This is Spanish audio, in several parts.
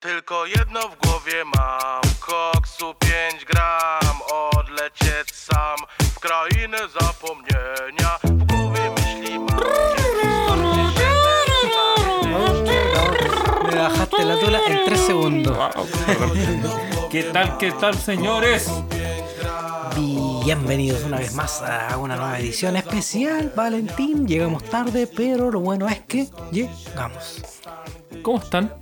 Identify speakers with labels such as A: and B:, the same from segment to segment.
A: Tylko jedno w głowie mam Koksu 5 gram Odlecieć sam W krainę zapomnienia W głowie myśli mam
B: Me bajaste la tula en tres segundos.
C: ¿Qué tal, qué tal, señores?
B: Bienvenidos una vez más a una nueva edición especial, Valentín. Llegamos tarde, pero lo bueno es que llegamos.
C: ¿Cómo están?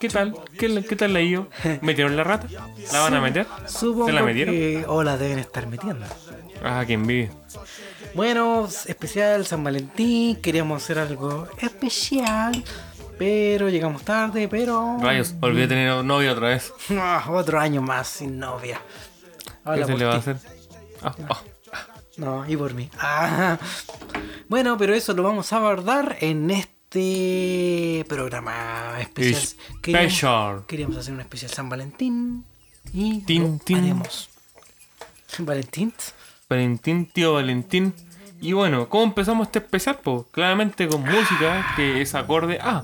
C: ¿Qué tal? ¿Qué, qué tal la IO? ¿Metieron la rata? ¿La van a meter?
B: Supongo
C: ¿Se la metieron?
B: que o la deben estar metiendo.
C: Ah, qué envidia.
B: Bueno, especial San Valentín. Queríamos hacer algo especial, pero llegamos tarde, pero...
C: Rayos, olvidé
B: Mm.
C: de tener novia otra vez.
B: Ah, otro año más sin novia.
C: ¿Qué
B: Habla
C: se
B: por
C: le va a
B: ti.
C: hacer? Ah, ah.
B: No, y por mí. Ah. Bueno, pero eso lo vamos a abordar en este programa especial.
C: Special.
B: Queríamos, queríamos hacer un especial San Valentín. Y
C: Tin,
B: lo
C: tin.
B: haremos. Valentín.
C: Valentín, tío Valentín. Y bueno, ¿cómo empezamos este especial? Pues claramente con música que es acorde a.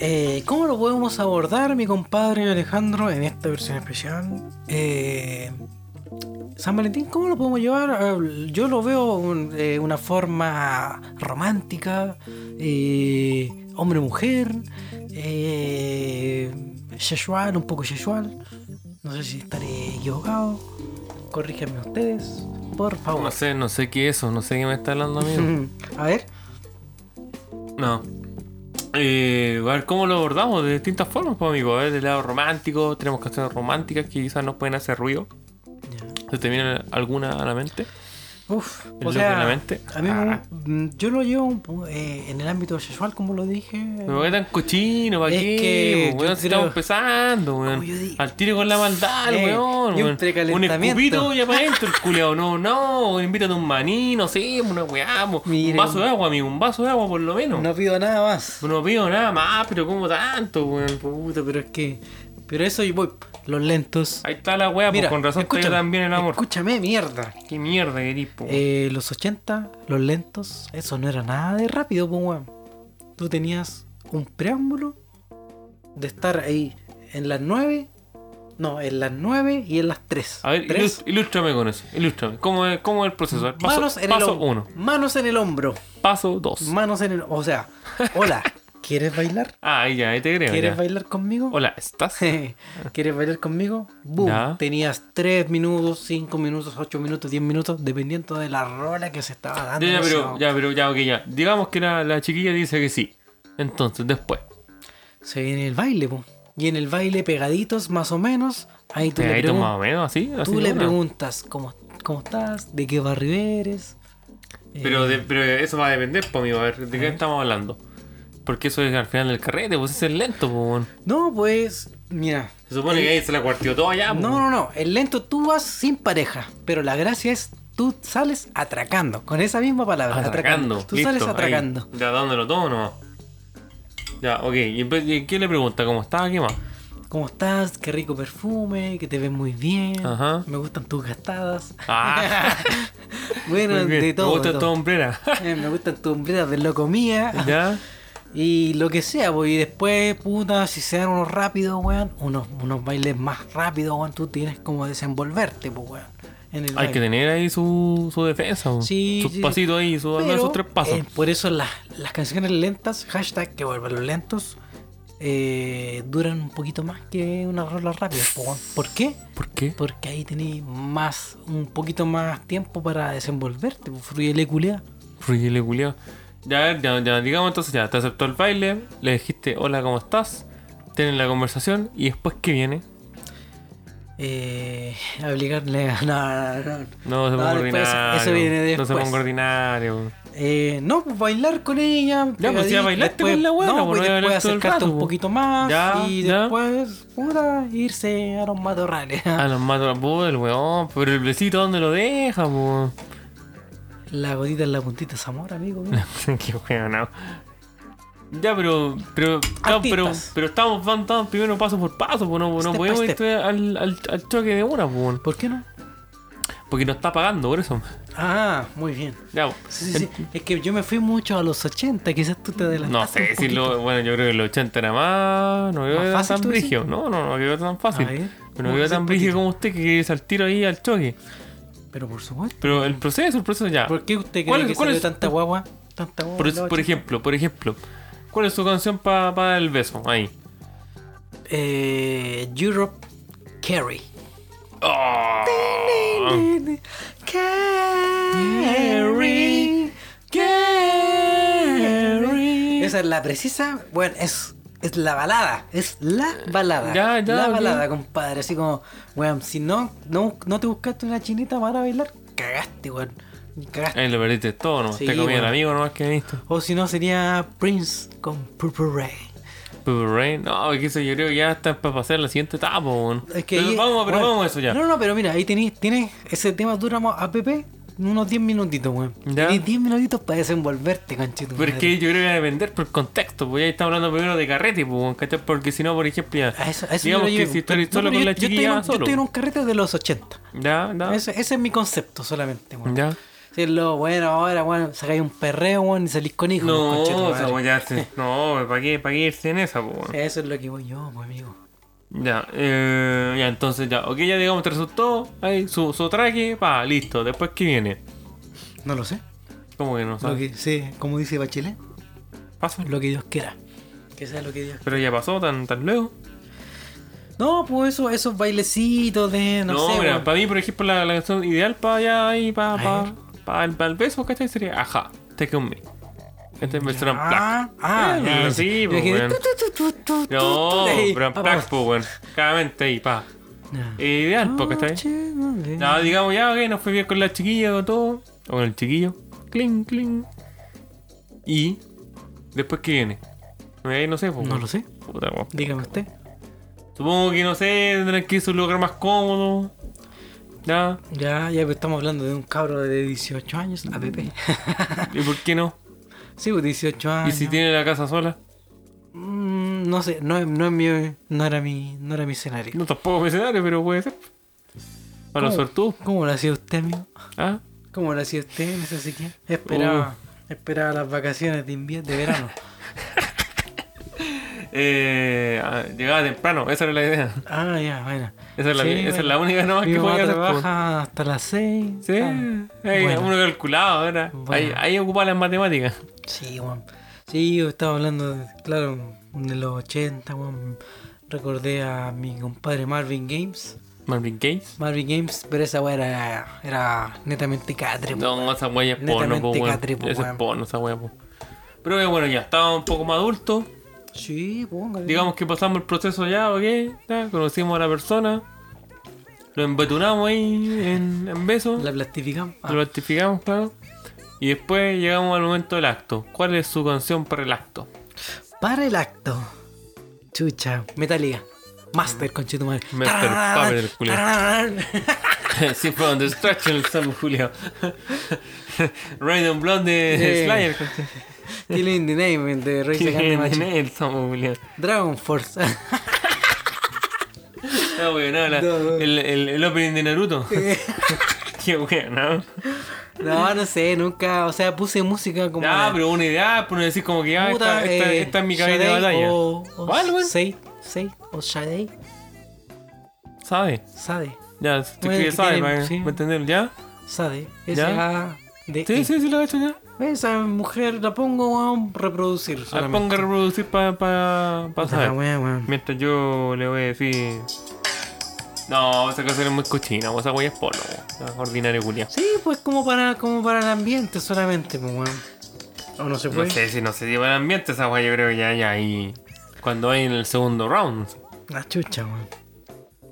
B: Eh, ¿Cómo lo podemos abordar, mi compadre Alejandro, en esta versión especial? Eh, San Valentín, ¿cómo lo podemos llevar? Eh, Yo lo veo un- eh, una forma romántica, eh, hombre-mujer, eh, sexual, un poco sexual. No sé si estaré equivocado. Corríjanme ustedes, por
C: No
B: favor.
C: sé, no sé qué es eso, no sé qué me está hablando, amigo.
B: A ver,
C: No. Eh, a ver, ¿cómo lo abordamos? De distintas formas, pues, amigo. A ver, del lado romántico, tenemos canciones románticas que quizás nos pueden hacer ruido. ¿Se te viene alguna a la mente?
B: Uf,
C: ¿El
B: o
C: loco en
B: sea,
C: la mente?
B: a mí me-
C: Ah.
B: mm, yo lo llevo eh, en el ámbito sexual, como lo dije.
C: ¿Pero qué tan cochino? ¿Para
B: Es
C: qué?
B: que
C: po,
B: yo
C: weón, si
B: creo-
C: estamos empezando, weón.
B: yo digo.
C: Al tiro con la maldad,
B: Eh,
C: weón.
B: y un
C: weón. un
B: precalentamiento.
C: escupito ya para adentro, el culeado. No, no, weón, invítate un maní, no sé, una weá. po. Un
B: Miren.
C: vaso de agua, amigo, un vaso de agua por lo menos. No,
B: No pido nada más.
C: pido nada más, pero como tanto, weón.
B: Puta, pero es que. Pero eso y voy. Los lentos.
C: Ahí está la weá, pues con razón te dio
B: escúchame,
C: también el amor.
B: Escúchame, mierda.
C: Qué mierda que eres, po, weón.
B: Eh, los 80, los lentos, eso no era nada de rápido, pues, weón. Tú tenías un preámbulo de estar ahí en las 9. No, en las 9 y en las 3.
C: A ver, ilus- ilústrame con eso, ilústrame. ¿Cómo es, cómo es el proceso? A ver, Paso,
B: manos en el
C: paso
B: hombro.
C: uno,
B: Manos en el hombro.
C: paso dos.
B: Manos en el. O sea, hola, ¿quieres bailar?
C: Ah, ahí ya, ahí te creo.
B: ¿Quieres
C: ya.
B: bailar conmigo?
C: Hola, ¿estás?
B: ¿Quieres bailar conmigo? Boom.
C: Ya.
B: Tenías 3 minutos, 5 minutos, 8 minutos, 10 minutos, dependiendo de la rola que se estaba dando.
C: Ya, ya,
B: en ese
C: pero,
B: momento.
C: ya, pero, ya, ok, ya. Digamos que la, la chiquilla dice que sí. Entonces, después.
B: Se viene el baile, po. Y en el baile, pegaditos más o menos, ahí tú, le,
C: Pegadito
B: pregun-
C: más o Eh, menos, así. así
B: tú
C: de
B: le
C: una.
B: preguntas cómo, cómo estás, de qué barrio eres. Eh,
C: Pero, de- pero eso va a depender, pues, amigo. A ver, ¿de qué estamos hablando? Porque eso es al final del carrete, pues ese es lento, pues. weón. Eh.
B: No, pues, mira.
C: Se supone que ahí se la cuartió todo allá, pues.
B: No, no, no. El lento tú vas sin pareja, pero la gracia es tú sales atracando, con esa misma palabra.
C: Atracando.
B: Tú
C: listo,
B: sales
C: ahí.
B: atracando.
C: Ya dándolo todo nomás. Ya, ok. ¿Y en vez- y quién le pregunta? ¿Cómo está? ¿Qué más?
B: ¿Cómo estás? Qué rico perfume, que te ves muy bien.
C: Ajá.
B: Me gustan tus gastadas.
C: Ah,
B: bueno,
C: muy bien.
B: de todo.
C: Me gusta
B: de
C: tu
B: todo.
C: hombrera.
B: Eh, me gustan tus hombreras de loco mía.
C: ya.
B: Y lo que sea, pues. Y después, puta, si se dan unos rápidos, weón. Unos, unos bailes más rápidos, weón. Tú tienes como desenvolverte, pues, weón. En el
C: Hay
B: baile.
C: que tener ahí su, su defensa, pues.
B: Sí,
C: sus
B: sí.
C: pasitos ahí, su, al menos
B: Pero,
C: sus tres pasos.
B: eh, por eso las, las canciones lentas, hashtag que vuelvan los lentos, eh, duran un poquito más que unas rolas rápidas. po, weón. ¿Por qué?
C: ¿Por qué?
B: Porque ahí tenéis más, un poquito más tiempo para desenvolverte, pues, fruye culea.
C: Ruyele culiao. Ya, ya, ya, digamos entonces ya, te aceptó el baile, le dijiste hola, ¿cómo estás? Tienen la conversación y después ¿qué viene?
B: Eh, obligarle a. No, no, no.
C: No se
B: No,
C: ponga
B: Ah, después,
C: ordinario.
B: Eso viene
C: No
B: después.
C: se ponga ordinario.
B: Eh, no, pues bailar con ella.
C: Ya, pues,
B: pegadito,
C: ya bailaste
B: después-
C: con la buena,
B: No,
C: pues,
B: pues
C: no
B: después
C: bailaste todo el
B: acercarte
C: rato,
B: un
C: pues.
B: poquito más.
C: Ya,
B: y
C: ya.
B: después, puta, irse a los matorrales.
C: A Ah, los mato la puta, el weón. Pero el besito, ¿dónde lo deja, po?
B: La gotita en la puntita es amor, amigo. mira.
C: Qué weón, no. Ya, pero. Pero, claro, pero,
B: Artistas.
C: pero estamos van tan primero paso por paso, po. No, no
B: Step by
C: podemos ir
B: step.
C: al, al, al choque de una, pues, po.
B: ¿Por qué no?
C: Porque nos está pagando, por eso.
B: Ah, muy bien.
C: Ya, pues. po.
B: Sí, sí, sí. Es que yo me fui mucho a los 80, quizás tú te adelantaste.
C: No sé
B: un
C: si
B: poquito.
C: lo. Bueno, yo creo que el 80 era más. No
B: ¿Más
C: iba
B: fácil,
C: tan
B: tú decís?
C: brigio. No, no, no iba tan
B: A
C: fácil.
B: ver,
C: Pero no
B: vamos a
C: iba
B: hacer
C: tan
B: poquito.
C: brigio como usted que quería irse al tiro ahí al choque.
B: Pero por supuesto.
C: Pero el proceso, el proceso ya.
B: Mm. ¿Por qué usted cree
C: ¿Cuál-
B: que
C: cuál
B: salió
C: es-
B: tanta guagua? Tanta guagua. en
C: Por,
B: los
C: por
B: 80?
C: ejemplo, por ejemplo, ¿cuál es su canción para el beso? Ahí.
B: Eh, Europe Carry.
C: Oh. Ah.
B: Carry. Carry. Esa es la precisa. Bueno, es, es la balada. Es la balada.
C: Ya, ya,
B: la
C: ok.
B: balada, compadre. Así como, weón, si no, no, no te buscaste una chinita para bailar, cagaste, weón. Cagaste.
C: Ahí lo perdiste todo, nomás.
B: Sí,
C: te comí el
B: bueno.
C: amigo nomás que visto.
B: O si no, sería Prince con Purple Rain.
C: Purple Rain. No, es que eso yo creo que ya está para pasar la siguiente etapa, weón.
B: Es que
C: Pero
B: ahí-
C: vamos, pero
B: bueno,
C: vamos a eso ya.
B: No, no, pero mira, ahí tenés, tenés ese tema dura más app unos 10 minutitos, weón.
C: Ya.
B: Tenés 10 minutitos para desenvolverte, canchito.
C: Pero es que yo creo que va a depender por el contexto, porque ahí estamos hablando primero de carrete, pues, weón, ¿cachai? Porque si no, por ejemplo, ya,
B: A eso, a eso
C: digamos
B: yo
C: que
B: llevo.
C: si estoy
B: No,
C: solo
B: pero
C: con
B: yo-
C: la
B: yo estoy en
C: chiquilla,
B: un- Yo
C: solo. Ah.
B: estoy en un carrete de los 80.
C: Ya, ya,
B: Ese- ese es mi concepto solamente, weón.
C: ya.
B: Si es lo bueno ahora, weón, sacáis un perreo, weón, y salís con hijos.
C: No,
B: conchito,
C: o sea,
B: madre.
C: pues, ya, se- no, ¿para qué, para qué irse en esa, pues, weón?
B: Eso es lo que voy yo, pues, amigo.
C: Ya, eh, ya, entonces ya, ok, ya digamos, te resultó, ahí, su, su traje, pa, listo, después que viene.
B: No lo sé.
C: ¿Cómo que no
B: Lo
C: sabes?
B: que, sí, como dice Bachelet,
C: Pasó.
B: lo que Dios quiera. Que sea lo que Dios
C: Pero ya pasó tan, tan luego.
B: No, pues eso, esos bailecitos de, no,
C: No,
B: sé,
C: mira,
B: weón.
C: para mí, por ejemplo, la, la canción ideal para allá, ahí, para
B: A
C: pa,
B: ver.
C: pa el, pa el beso, ¿cachai? Sería, ajá, take on me. Este es Mr. Unplugged.
B: Ah, ah,
C: Bueno,
B: ya,
C: sí,
B: Yo
C: pues,
B: dije,
C: weón.
B: tu, tu, tu, tu, tu, tu,
C: No,
B: tu, ahí,
C: pero
B: papá.
C: Unplugged, pues, weón. Claramente ahí, pa.
B: Ya.
C: Ideal,
B: Ah,
C: pues, ¿cachai? Ya, digamos, ya, ok, nos fue bien con la chiquilla, con todo. O con el chiquillo. Cling, cling. Y. Después, ¿qué viene? Eh, no sé, pues.
B: No
C: weón.
B: lo sé,
C: Puta, weón.
B: dígame usted.
C: Supongo que, no sé, tendrán que irse a un lugar más cómodo. Ya.
B: Ya, ya estamos hablando de un cabro de 18 años, APP.
C: ¿Y por qué no?
B: sí, pues 18
C: ¿Y
B: años.
C: si tiene la casa sola?
B: Mm, no sé, no, es- no es mi, no era mi, no era mi escenario.
C: No, tampoco mi escenario, pero puede ser. Para los
B: ¿Cómo?
C: suertudos.
B: ¿Cómo lo hacía usted, amigo?
C: ¿Ah?
B: ¿Cómo lo hacía usted? No sé si qué. Esperaba,
C: Oh.
B: esperaba las vacaciones de invierno, de verano.
C: Eh, ah, llegaba temprano, esa era la idea.
B: Ah, ya, bueno.
C: Esa es la,
B: Sí,
C: esa es
B: bueno.
C: la única nomás
B: Mi
C: que
B: mamá
C: podía hacer. po.
B: trabaja hasta las Ah, 6.
C: Sí, ahí, uno calculado, ¿verdad?
B: Bueno.
C: Ahí, ahí ocupa las matemáticas.
B: Sí, weón. Sí, yo estaba hablando, de- claro, de los 80, weón. Recordé a mi compadre Marvin Games.
C: Marvin Gates.
B: Marvin Games, pero esa weá era, era netamente cadre. weón.
C: No, esa wea es porno,
B: Netamente
C: po, weón.
B: catri, po,
C: Esa es
B: weón.
C: porno, esa wea, po. Pero eh, bueno, ya estaba un poco más adulto.
B: Sí, póngale.
C: Digamos que pasamos el proceso ya, ¿ok? Ya, conocimos a la persona. Lo embetunamos ahí en, en besos.
B: La plastificamos. Ah,
C: Lo ratificamos, claro. Y después llegamos al momento del acto. ¿Cuál es su canción para el acto?
B: Para el acto. Chucha. Metallica. Master, conchetumare.
C: Master Pavel, culiao.
B: Tarararán.
C: sí, fue on Destruction, el San Julio. Random Blonde de
B: Sí.
C: Slayer.
B: Killing the Name de Rey Secante Machine.
C: el San Julio.
B: Dragon Force.
C: No, weón, no, la-
B: No, no.
C: Ah, El, el, el opening de Naruto. Qué weón, ¿no?
B: no, no sé, nunca. O sea, puse música como.
C: Ah,
B: de-
C: pero una idea, pero no decir como que ya,
B: Puta,
C: esta, esta,
B: eh,
C: esta es mi cabina de
B: Sade
C: batalla.
B: O, o
C: ¿Cuál, weón?
B: Sade, Sade o Shadei,
C: ¿Sabe?
B: Sade,
C: Ya, si tú
B: Bueno,
C: quieres
B: que
C: sabe,
B: tienen-
C: para
B: sí. Eh,
C: para entender, ¿ya?
B: Sade,
C: ¿Ya?
B: S-A-D-E.
C: Sí, sí, sí, lo he hecho ya.
B: E. Esa mujer la pongo a reproducir
C: Ah,
B: solamente.
C: Ponga a reproducir para pa, pa
B: Puta
C: saber.
B: la wea, weón.
C: Mientras yo le voy a decir. No, esa canción es muy cochina, esa wea es polo, weón. Es ordinario culia.
B: Sí, pues como para, como para el ambiente solamente, pues weón. O no se
C: No
B: puede.
C: sé si no se lleva el ambiente esa wea, yo creo que ya, ya ahí. Cuando hay en el segundo round.
B: La chucha, weón.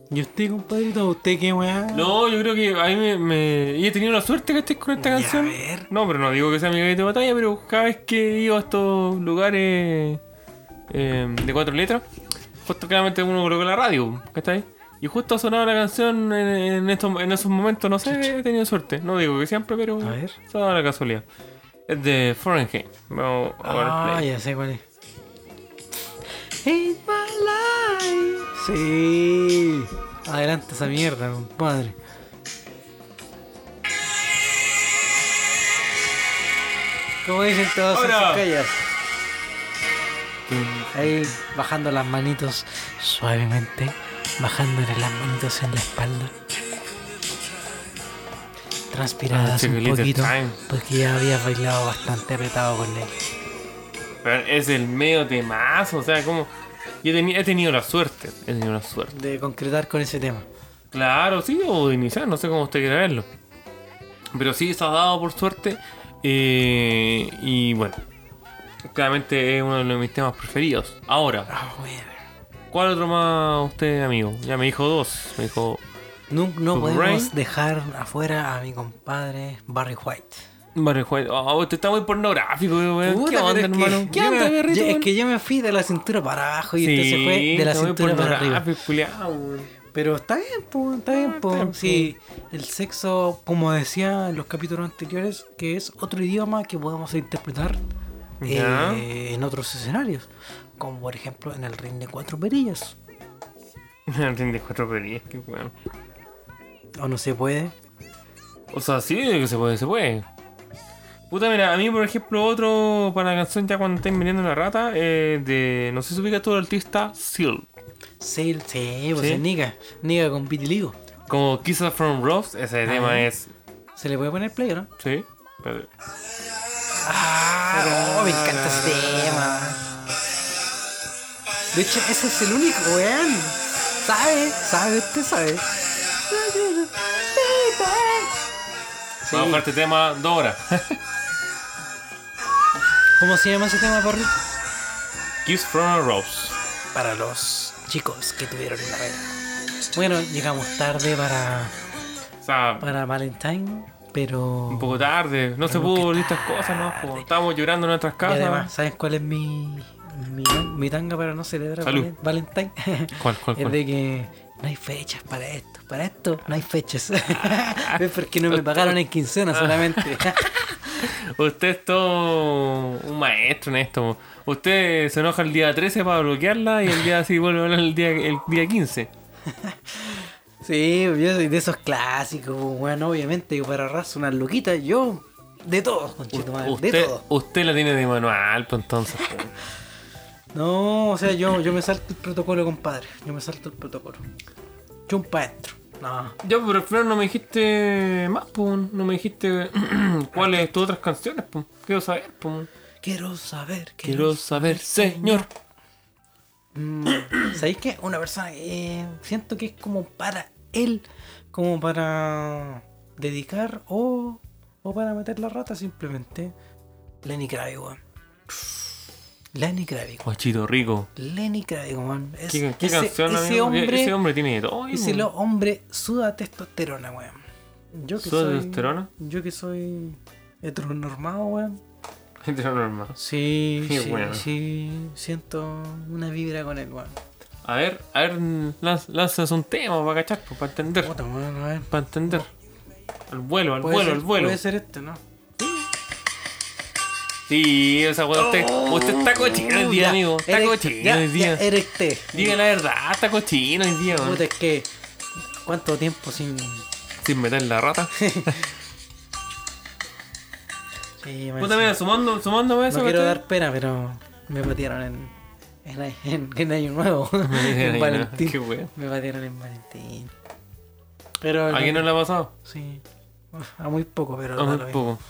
B: ¿Y usted, compadrito? ¿Usted qué weón?
C: No, yo creo que ahí me. me- Y he tenido la suerte que estés con esta
B: Ya,
C: canción.
B: a ver.
C: No, pero no digo que sea mi galleta de batalla, pero cada vez que he ido a estos lugares eh, de cuatro letras, justo claramente uno colocó la radio, ¿cachai? Y justo ha sonado la canción en, en estos, en esos momentos, no sé, he tenido suerte. No digo que siempre, pero
B: A ver.
C: se ha dado la casualidad. Es de Fahrenheit. Vamos a ver el
B: Ah,
C: play.
B: ya sé cuál es. Ain't my life. Sí. Adelante esa mierda, compadre. Como dicen todos en
C: Ahora.
B: sus calles. Ahí bajando las manitos suavemente, bajándole las manitos en la espalda.
C: Ah,
B: Transpiradas
C: chico,
B: un
C: little
B: poquito,
C: time.
B: porque ya había bailado bastante apretado con él.
C: Pero es el medio temazo, o sea, como. Yo he, teni- he tenido la suerte, he tenido la suerte.
B: De concretar con ese tema.
C: Claro, sí, o de iniciar, no sé cómo usted quiere verlo. Pero sí, se ha dado por suerte. eh, y bueno, claramente es uno de los- mis temas preferidos. Ahora,
B: Ah, bueno.
C: ¿cuál otro más usted, amigo? Ya me dijo dos. Me dijo
B: No, no
C: Tu
B: podemos
C: brain.
B: dejar afuera a mi compadre Barry White.
C: Barry White. Oh, usted está muy pornográfico, weón. ¿Qué
B: Puta,
C: onda,
B: pero es que-
C: hermano?
B: yo me-
C: Barrito,
B: yo- Es
C: weón?
B: que yo me fui de la cintura para abajo y
C: Sí,
B: usted Este se fue de la
C: está muy
B: cintura para arriba.
C: pornográfico, culiao, weón.
B: Pero está bien, po, está bien, po.
C: Ah, está bien, po.
B: Sí, el sexo, como decía en los capítulos anteriores, que es otro idioma que podemos interpretar eh,
C: Ya.
B: en otros escenarios. Como por ejemplo en el ring de cuatro perillas.
C: Tiene cuatro perillas, qué weón.
B: O no se puede.
C: O sea, sí, que se puede, se puede. Puta, mira, a mí, por ejemplo, otro para la canción ya cuando estáis mirando una rata, eh, de, no sé si ubica todo el artista, Seal.
B: Sí, sí, pues
C: Sí.
B: es niga. Niga con vitiligo.
C: Como Kisses from Rose, ese tema es...
B: ¿Se le puede poner play o no?
C: Sí, pero-
B: Ah, oh, me encanta ese tema. De hecho, ese es el único, weón. ¿Sabe? ¿Sabe? ¿Usted sabe? Sí.
C: Vamos a este tema dos horas.
B: ¿Cómo se llama ese tema, Barry?
C: Kiss from a Rose.
B: Para los chicos que tuvieron una vela. Bueno, llegamos tarde para,
C: O sea,
B: para Valentine, pero...
C: un poco tarde, no se
B: Tenemos que
C: pudo estas cosas, ¿no? Como Estábamos llorando en nuestras
B: Y
C: casas.
B: además, ¿sabes cuál es mi, mi, mi tanga para no celebrar
C: Salud.
B: Valen- Valentine?
C: ¿Cuál, cuál,
B: Es
C: cuál?
B: de que no hay fechas para esto, para esto no hay fechas. es porque no me pagaron en quincena solamente.
C: Usted es todo un maestro en esto. Usted se enoja el día 13 para bloquearla y el día así vuelve a hablar el día, el día 15.
B: sí, yo soy de esos clásicos, pues, bueno, obviamente, para arrastrar unas luquitas, yo de todo, conchetumadre, de
C: Usted,
B: todo.
C: usted la tiene de manual, pues entonces. pues.
B: No, o sea, yo, yo me salto el protocolo, compadre. Yo me salto el protocolo. Chumpa adentro. No.
C: Yo, pero al final no me dijiste más, pues. No me dijiste cuáles tus otras canciones, pues. Quiero saber, pues.
B: Quiero saber,
C: Quiero saber, señor.
B: Mm, ¿Sabéis qué? Una persona que eh, siento que es como para él, como para dedicar o, o para meter la rata simplemente. Lenny Kravitz, weón. Lenny Kravitz.
C: Guachito rico.
B: Lenny Kravitz, weón. Es-
C: ¿Qué, qué
B: ese,
C: canción,
B: ese
C: amigo? ¿Qué-
B: hombre,
C: ese hombre tiene de todo. pues.
B: ese
C: weón.
B: lo- hombre suda testosterona, weón. Yo que
C: ¿Suda
B: soy-
C: testosterona?
B: Yo que soy heteronormado, weón.
C: Heteronormal.
B: Sí,
C: Qué
B: sí,
C: bueno.
B: sí. Siento una vibra con él, weón.
C: A ver, a ver, lanz- lanzas un tema para cachar, pues, para entender.
B: Puta, weón, a ver.
C: Para entender. Al vuelo, al
B: Puede
C: vuelo,
B: ser-
C: al vuelo.
B: Puede ser este, ¿no?
C: Sí, esa weá, usted, usted está cochino hoy día,
B: Oh, Ya,
C: amigo. Está
B: eres-
C: cochino
B: ya,
C: hoy día.
B: ya, eres té.
C: Diga la verdad, está cochino hoy día, weón.
B: Puta, es que. ¿Cuánto tiempo sin.?
C: Sin meter la rata.
B: Sí, me-
C: Puta, mira, sumando, sumando
B: No
C: eso,
B: quiero
C: ¿cachai?
B: dar pena, pero me patearon en. En, en- en Año Nuevo.
C: dieron
B: en
C: ahí,
B: Valentín.
C: ¿no? Qué wea.
B: Me patearon en Valentín. Pero.
C: ¿A quién no le ha pasado?
B: Sí. A muy poco, pero.
C: A
B: da
C: muy
B: lo mismo.
C: poco.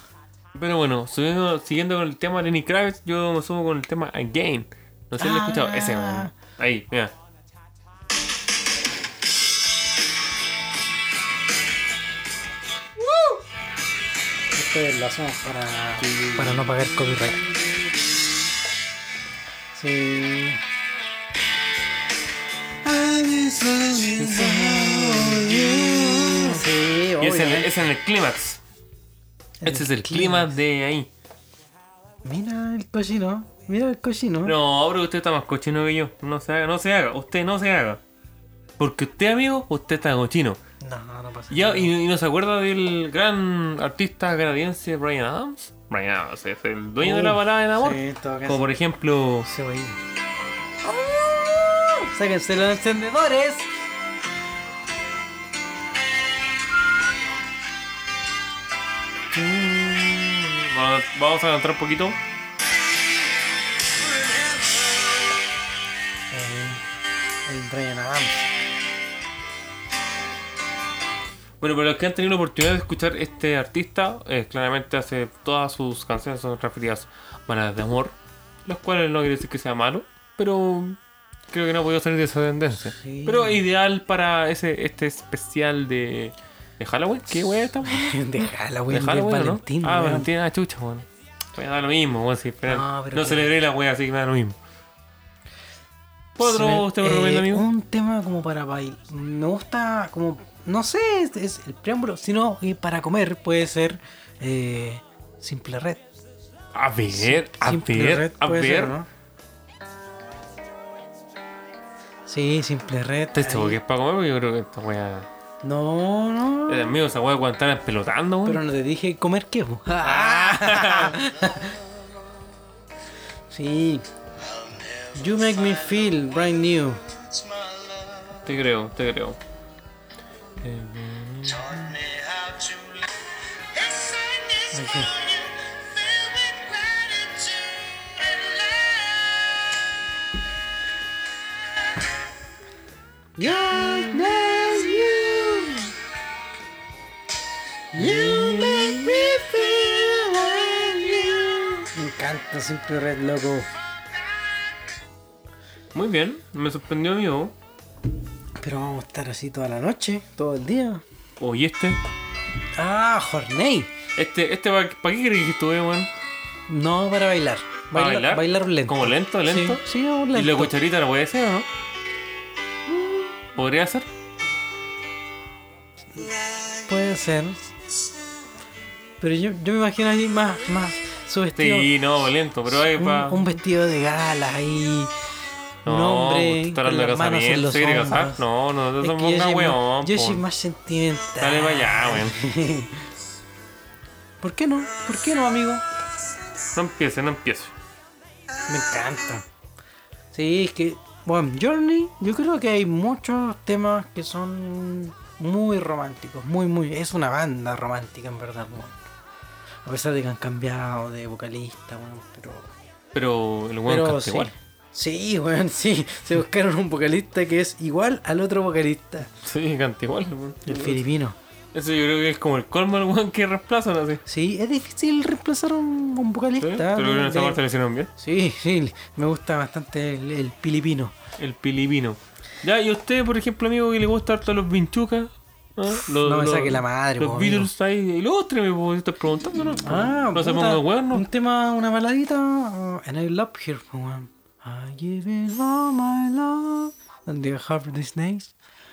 C: Pero bueno, subiendo- siguiendo con el tema Lenny Kravitz, yo me subo con el tema Again. No sé si lo he escuchado.
B: Ah.
C: Ese, weón. Ahí, mira.
B: Ustedes lo hacemos para, para no pagar copyright. Sí.
C: Y ese, en
B: Sí,
C: el-
B: obviamente.
C: ese en el clímax.
B: En
C: Este
B: el
C: es el clímax de ahí.
B: Mira el cochino, mira el cochino.
C: No, pero usted está más cochino que yo. No se haga, no se haga. Usted no se haga. Porque usted, amigo, usted está cochino.
B: no, no pasa
C: Y, ya-
B: nada.
C: y, y no se acuerda del gran artista canadiense Brian Adams. Brian Adams es el dueño de la
B: Uh,
C: balada del amor.
B: Sí, en todo caso.
C: Como por ejemplo.
B: Se va a ir. ¡Oh! ¡Sáquense los encendedores!
C: Mm, Vamos a cantar un poquito.
B: El, el Brian Adams.
C: Bueno, para los que han tenido la oportunidad de escuchar este artista, eh, claramente hace todas sus canciones son referidas a maneras de amor, las cuales no quiere decir que sea malo, pero creo que no ha podido salir de esa tendencia.
B: Sí.
C: Pero ideal para ese este especial de, de Halloween. ¿Qué wea estamos?
B: De Halloween,
C: De Halloween,
B: de
C: ¿no?
B: Valentín.
C: Ah,
B: weón.
C: Valentín, ah, chucha, weón. Me da lo mismo, weón. sí, pero
B: No,
C: no
B: pero que-
C: celebré la wea, así que me da lo mismo. ¿Cuál
B: Se me-
C: otro usted me
B: eh,
C: recomienda, amigo?
B: Un tema como para bailar. Me gusta como. No sé, es, es el preámbulo, sino eh, para comer puede ser eh, Simple Red.
C: A ver, a
B: Simple Red
C: ver, a
B: puede
C: ver.
B: ser, ¿no? Sí, Simple Red.
C: Te digo
B: ahí.
C: que es para comer, porque yo creo que esta wea.
B: No, no.
C: Eh, amigo, esa wea cuando están pelotando, weón.
B: Pero no te dije comer qué. po.
C: Ah.
B: sí. You make me feel brand new.
C: Te creo, te creo. Eh,
B: Yeah, that's you. You make me feel brand new. Me encanta Simple Red, loco.
C: muy bien, me sorprendió, amigo.
B: Pero vamos a estar así toda la noche, todo el día.
C: Oye, este.
B: Ah, Jorney.
C: Este, este, ¿para qué crees que estuve, weón?
B: No, para bailar.
C: ¿Para
B: Bailar, bailar? lento.
C: ¿Como lento, lento?
B: Sí, sí, vamos
C: ¿Y la
B: lento.
C: cucharita la puede ser o no? ¿Podría ser?
B: Puede ser. Pero yo, yo me imagino ahí más, más su vestido.
C: Sí, no, pues, lento, pero hay
B: un,
C: para.
B: un vestido de gala ahí. un
C: No,
B: hombre.
C: usted está
B: con
C: pues, hablando de
B: las manos en
C: casamiento,
B: los
C: ¿se quiere casar?
B: hombros.
C: No, no, no
B: Es
C: te
B: que yo,
C: pongas
B: soy más-
C: Pues weón.
B: yo
C: po.
B: soy más sentimental.
C: Dale para allá, weón.
B: ¿Por qué no? ¿Por qué no, amigo?
C: No empieces, no empieces.
B: Me encanta. Sí, es que, bueno, Journey, yo creo que hay muchos temas que son muy románticos, muy, muy. Es una banda romántica, en verdad, bueno. A pesar de que han cambiado de vocalista, bueno, pero.
C: Pero el weón
B: Pero
C: canta
B: sí.
C: igual.
B: Sí, bueno, sí. Se buscaron un vocalista que es igual al otro vocalista,
C: Sí, canta igual, weón.
B: el filipino.
C: Eso yo creo que es como el colmo del weón que reemplazan así.
B: Sí, es difícil reemplazar un, un
C: ¿Sí?
B: vocalista.
C: Pero en
B: ¿no?
C: esa
B: De-
C: parte lo hicieron bien.
B: Sí, sí, me gusta bastante el, el filipino.
C: El pilipino. Ya, y a usted, por ejemplo, amigo, que le gusta harto los vinchucas. ¿Ah? Los,
B: No me
C: los-
B: saque la madre, po,
C: Los Beatles ahí. Ilústreme, pues, estás preguntando, ¿no? no se
B: Ah, puta,
C: ponga weón,
B: Un
C: ¿no?
B: tema, una baladita. uh, and I love here, po, weón. I give it all my love. And the heart of the snakes.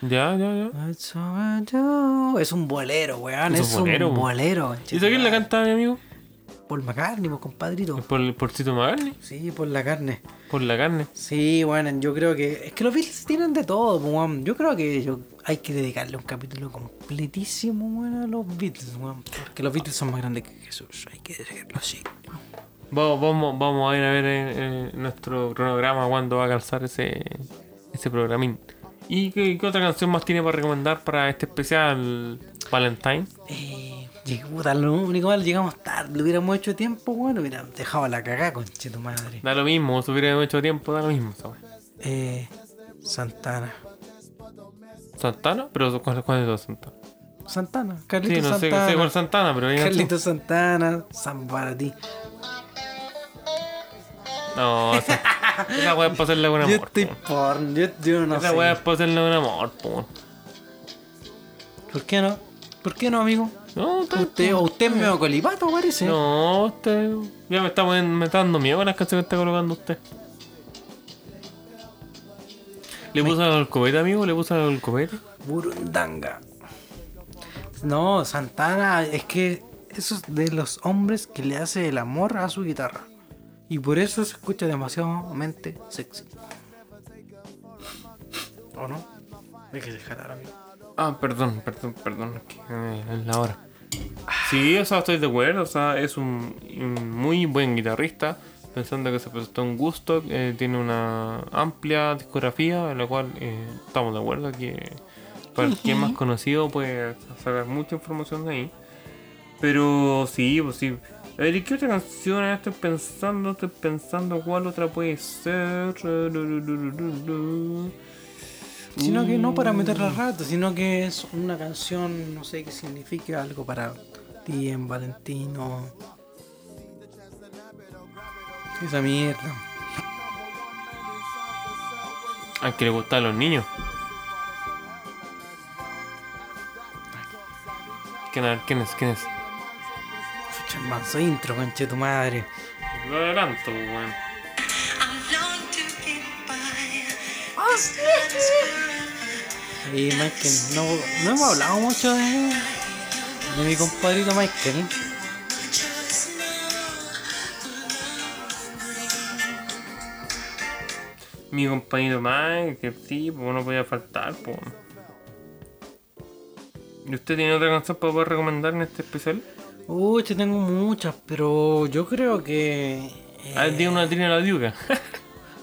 C: Ya, ya, ya.
B: That's all I do. Es un bolero, weón.
C: Es un
B: Es un bolero.
C: bolero, po. ¿Y eso quién la canta, mi amigo?
B: Por McCartney, po, compadrito.
C: Por el porcito Magarni.
B: Sí, por la carne.
C: Por la carne.
B: Sí, bueno, yo creo que. Es que los Beatles tienen de todo, po, weón. Yo creo que yo, hay que dedicarle un capítulo completísimo, weón, a los Beatles, weón. Porque los Beatles son más grandes que Jesús. Hay que decirlo así.
C: Vamos, vamos, vamos a ir a ver en, en nuestro cronograma cuándo va a calzar ese, ese programín. ¿Y qué, qué otra canción más tiene para recomendar para este especial Valentine?
B: Eh, llegó, puta, lo único mal, llegamos tarde. Lo hubiéramos hecho tiempo, weón. Hubiera dejado la cagada, conche tu madre.
C: Da lo mismo, si hubiera mucho tiempo, da lo mismo. esa wea.
B: Eh, Santana.
C: ¿Santana? ¿Pero cuál, cuál es los Santana?
B: Santana,
C: Sí,
B: Carlito
C: no sé,
B: Santana.
C: sé cuál es Santana, pero... ya-
B: Carlito Santana, San Baratí.
C: No, esa, esa wea es para hacerle un
B: yo
C: amor.
B: estoy
C: po.
B: porn, yo, yo no
C: Esa
B: sé.
C: wea es para hacerle un amor, po.
B: ¿Por qué no? ¿Por qué no, amigo?
C: No, está-
B: Usted, usted es medio colipato, parece.
C: No, usted... Ya me está, poniendo- me está dando miedo con las canciones que está colocando usted. ¿Le puso al copete, amigo? ¿Le puso al copete?
B: Burundanga. No, Santana es que eso es de los hombres que le hace el amor a su guitarra. Y por eso se escucha demasiadamente sexy. ¿O no? Hay que dejar amigo.
C: Ah, perdón, perdón, perdón. es que, eh, Es la hora. Sí, o sea, estoy de acuerdo. O sea, es un, un muy buen guitarrista. Pensando que se presentó en gusto, eh, tiene una amplia discografía, en la cual eh, estamos de acuerdo que para quien más conocido puede sacar mucha información de ahí. Pero sí, pues sí. A ver, ¿y qué otra canción estoy pensando? Estoy pensando cuál otra puede ser.
B: Sino que no para meterla rato, sino que es una canción, no sé, que significa algo para ti en Valentino. Esa mierda.
C: Al Ah, que le gustan los niños. ¿Quién, a ver, ¿quién es? ¿Quién es?
B: Chucha, el manso intro, conche tu madre.
C: Lo adelanto, pues, weón.
D: I long to get by. This time is forever.
B: Y Michael, no, no hemos hablado mucho de, de mi compadrito Michael.
D: Just know
C: Mi compañero Mike, que sí, pues no podía faltar, pues. ¿Y usted tiene otra canción para poder recomendar en este especial?
B: Uy, te tengo muchas, pero yo creo que. eh,
C: Ah, tiene una trina la diuca.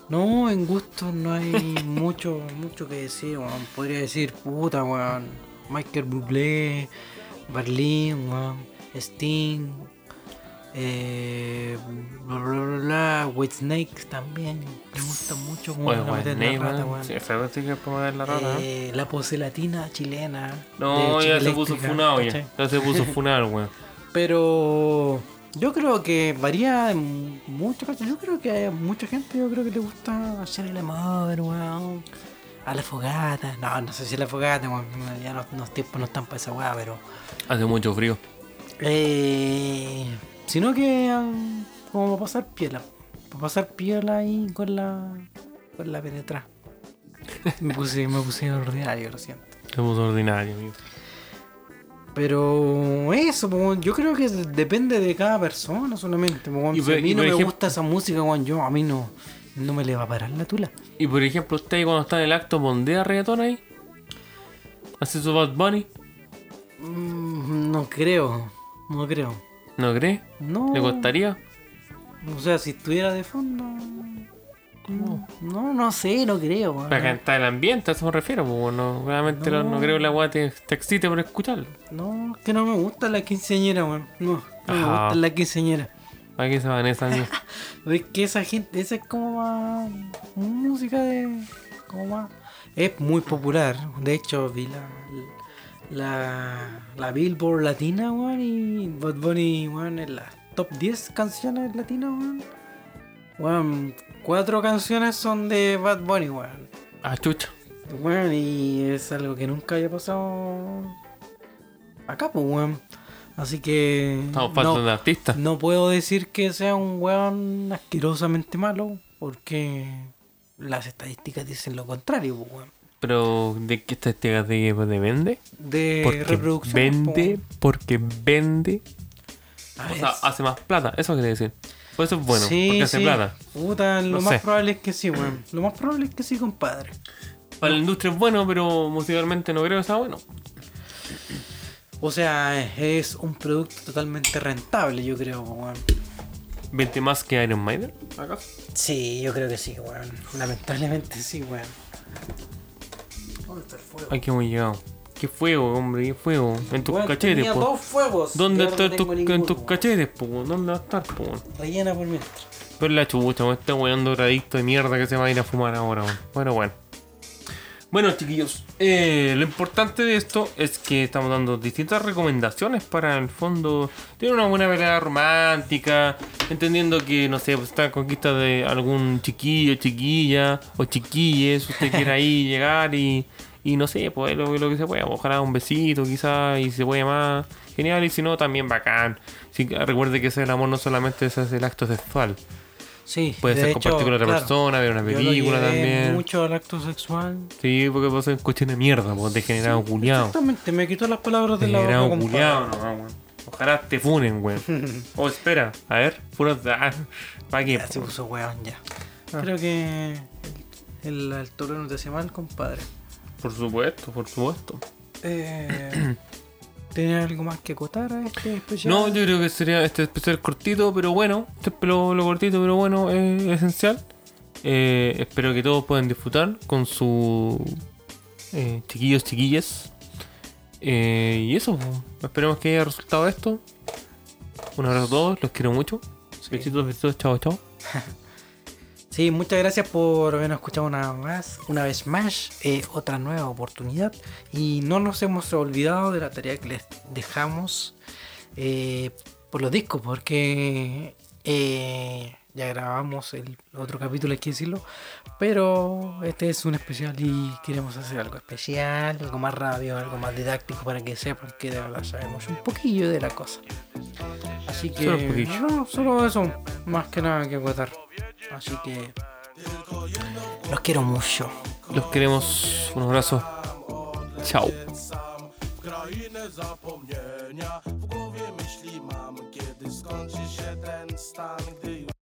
B: No, en gusto no hay mucho, mucho que decir, weón. Podría decir, puta, weón. Michael Bublé, Berlín, weón. Sting, eh, bla bla bla, bla, White Snake también. Me gusta mucho, weón.
C: Oye,
B: no
C: weón,
B: meter la
C: Ney,
B: rata,
C: weón.
B: weón.
C: Sí, fue así que podemos ver la rata. ¿eh?
B: Eh, la poselatina chilena.
C: No,
B: de
C: ya se
B: Chica
C: puso
B: Eléctrica,
C: funado ya.
B: ¿cachai?
C: Ya se puso funado, weón.
B: Pero yo creo que varía en mucho. cacho. Yo creo que hay mucha gente, yo creo que le gusta hacer el amor, weón. A la fogata. No, no sé si a la fogata, weón. Ya los, los tiempos no están para esa weá, pero.
C: Hace mucho frío.
B: Eh, sino que um, como para pasar piola. Para pasar piola ahí con la. con la penetra. me puse, me puse ordinario, lo siento.
C: Se puso ordinario, amigo.
B: Pero eso, po, weón, yo creo que depende de cada persona solamente. po, weón.
C: Y
B: Si
C: por-
B: a mí
C: y
B: no
C: por
B: me
C: ejem-
B: gusta esa música, weón, yo a mí no, no me le va a parar la tula.
C: Y por ejemplo, usted cuando está en el acto, ¿bondea reggaetón ahí? ¿Hace su Bad Bunny?
B: Mm, no creo, no creo.
C: ¿No cree?
B: No,
C: ¿Le costaría?
B: o sea, si estuviera de fondo... No, no, no sé, no creo. weón.
C: Para cantar el ambiente, a eso me refiero, pues bueno, realmente lo- no, creo que la weá te, te excite por escucharlo.
B: No, es que no me gusta la quinceañera, weón. No, no me
C: Ajá.
B: gusta la quinceañera.
C: Aquí se van esas mierdas.
B: Es que esa gente, esa es como más música de. como más. Es muy popular. De hecho, vi la. la, la Billboard latina, weón, y Bad Bunny, weón, en las top 10 canciones latinas, weón. Weón, cuatro canciones son de Bad Bunny, weón.
C: Ah, chucha.
B: Weón, y es algo que nunca había pasado. acá, pues, weón. Así que.
C: Estamos
B: no-
C: faltos de artistas.
B: no puedo decir que sea un weón asquerosamente malo, porque las estadísticas dicen lo contrario, po, weón.
C: Pero, ¿de qué estadísticas de, de vende?
B: De pues,
C: Porque
B: reproducción.
C: vende,
B: Eh, po.
C: porque vende.
B: Ah,
C: O sea,
B: es-
C: hace más plata, eso quiere decir. Por eso es bueno,
B: Sí,
C: porque hace
B: sí.
C: plata.
B: Puta, lo
C: No
B: más
C: sé.
B: probable es que sí, weón. Lo más probable es que sí, compadre.
C: Para la industria es bueno, pero musicalmente no creo que sea bueno.
B: O sea, es un producto totalmente rentable, yo creo, po, weón.
C: ¿Vende más que Iron Maiden? ¿Acaso?
B: Sí, yo creo que sí, weón. Lamentablemente sí, weón. ¿Dónde está el fuego?
C: Ay, qué hemos llegado. Qué fuego, hombre, qué fuego. En tus
B: Weón,
C: cachetes,
B: tenía
C: po.
B: dos fuegos.
C: ¿Dónde
B: y ahora
C: está en,
B: no
C: tu-
B: tengo
C: en
B: ninguno,
C: tus
B: weón.
C: cachetes, po? ¿Dónde va a estar, po?
B: Rellena por mientras.
C: Pero la chubucha, me está weando drogadicto de mierda que se va a ir a fumar ahora, weón. Bueno, bueno. Bueno, chiquillos, eh, lo importante de esto es que estamos dando distintas recomendaciones para el fondo. Tiene una buena velada romántica, entendiendo que, no sé, pues, está en conquista de algún chiquillo, chiquilla o chiquilles. Usted quiere ahí llegar y, y no sé, pues lo, lo que se pueda. Ojalá un besito, quizás, y si se puede más. Genial, y si no, también bacán. Sí, recuerde que ese el amor no solamente es el acto sexual.
B: Sí,
C: Puede
B: de
C: ser
B: hecho,
C: compartir con otra
B: claro,
C: persona, ver una
B: yo lo
C: película
B: llevé
C: también.
B: mucho al acto sexual.
C: Sí, porque vos sos cuestión de mierda, vos degenerado culiao.
B: Exactamente, me quitó las palabras de la boca.
C: Degenerado
B: compadre.
C: culiao, no, weón. Ojalá te funen, weón. O espera, a ver, puro. Ah, ¿Para qué?
B: Ya se
C: po?
B: puso weón ya. Creo que el, el toro no te hace mal, compadre.
C: Por supuesto, por supuesto.
B: Eh, ¿Tienes algo más que acotar a este especial?
C: No, yo creo que sería este especial cortito, pero bueno. Este lo, lo cortito, pero bueno, es esencial. Eh, espero que todos puedan disfrutar con sus eh, chiquillos, chiquillas. Eh, y eso, po. esperemos que haya resultado esto. Un abrazo a todos, los quiero mucho. Besitos, besitos, chao, chao.
B: Sí, muchas gracias por habernos escuchado una más, una vez más, eh, otra nueva oportunidad. Y no nos hemos olvidado de la tarea que les dejamos eh, por los discos, porque eh, ya grabamos el otro capítulo, hay que decirlo. Pero este es un especial y queremos hacer algo especial, algo más radio, algo más didáctico para que sepan que de verdad sabemos un poquillo de la cosa. Así que
C: Solo un poquillo.
B: no, solo eso, más que nada que acotar. Así que los quiero mucho.
C: Los queremos. Un abrazo. Chao.
A: sam Krainę zapomnienia W głowie myśli mam Kiedy skończy się ten stan Gdy